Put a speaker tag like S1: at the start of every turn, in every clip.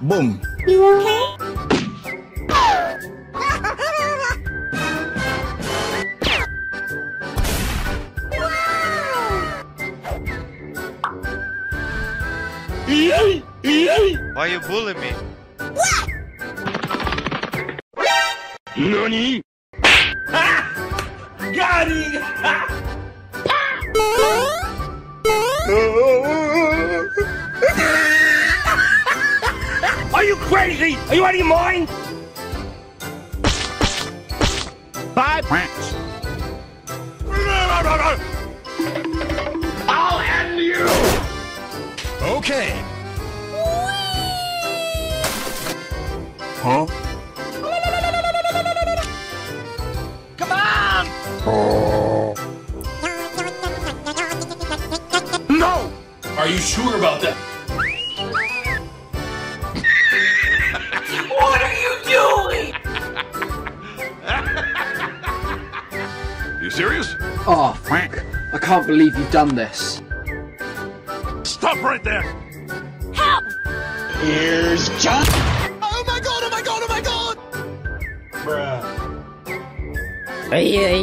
S1: boom.
S2: You okay?
S3: Why you bully me?
S1: Nani? Are you crazy? Are you out of your mind? Bye, Prince. I'll end you! Okay. Huh? Come on! No!
S4: Are you sure about that?
S1: You serious?
S5: Oh, Frank. I can't believe you've done this.
S1: Stop right there! Oh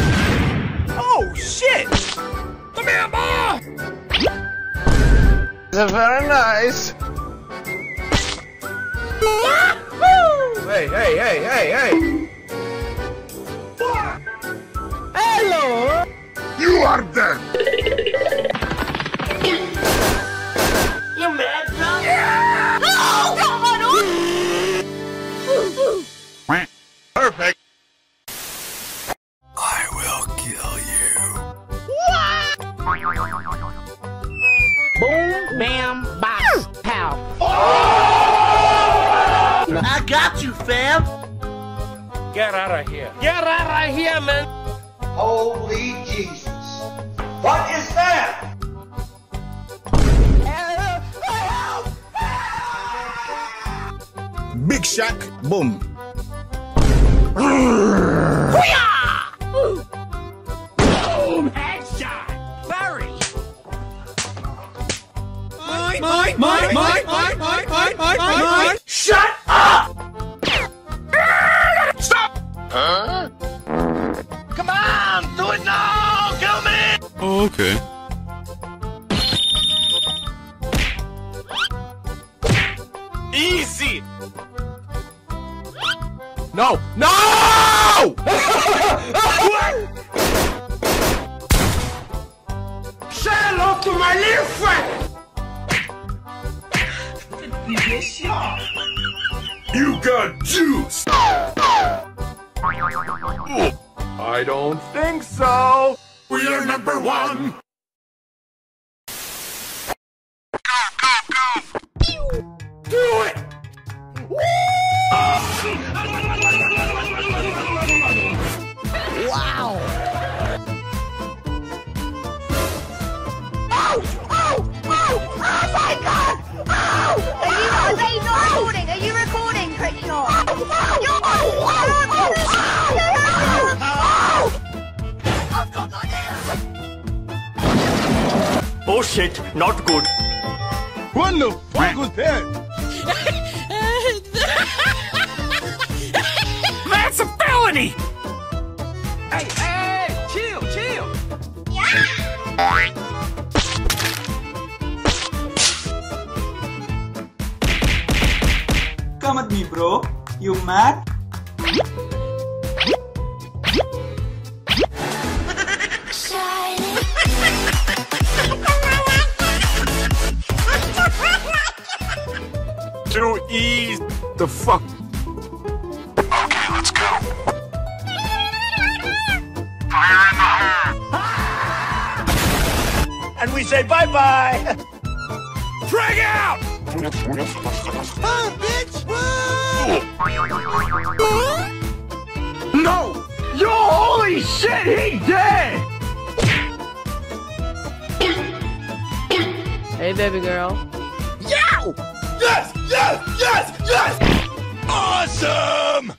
S1: Oh, shit! Come here, Ma!
S3: Very nice. hey, hey, hey, hey, hey!
S1: You are dead!
S3: Perfect.
S6: Boom, bam, box, pow.
S7: I got you, fam.
S4: Get out of here.
S6: Get out of here, man.
S7: Holy Jesus. What is that?
S1: Big Shack, boom.
S3: Easy.
S1: No! No!
S4: You got juice. I don't think so. We are number one.
S2: Are you, are they not recording? Are you recording, Crenshaw?
S7: Oh shit, not good.
S1: What the fuck was that?
S6: That's a felony.
S7: Come at me, bro. You mad?
S4: Too easy. The fuck?
S1: And we say bye bye!
S4: Drag out!
S1: No! Yo, holy shit, he dead!
S6: Hey, baby girl.
S1: Yes! Yes! Yes! Yes! Awesome!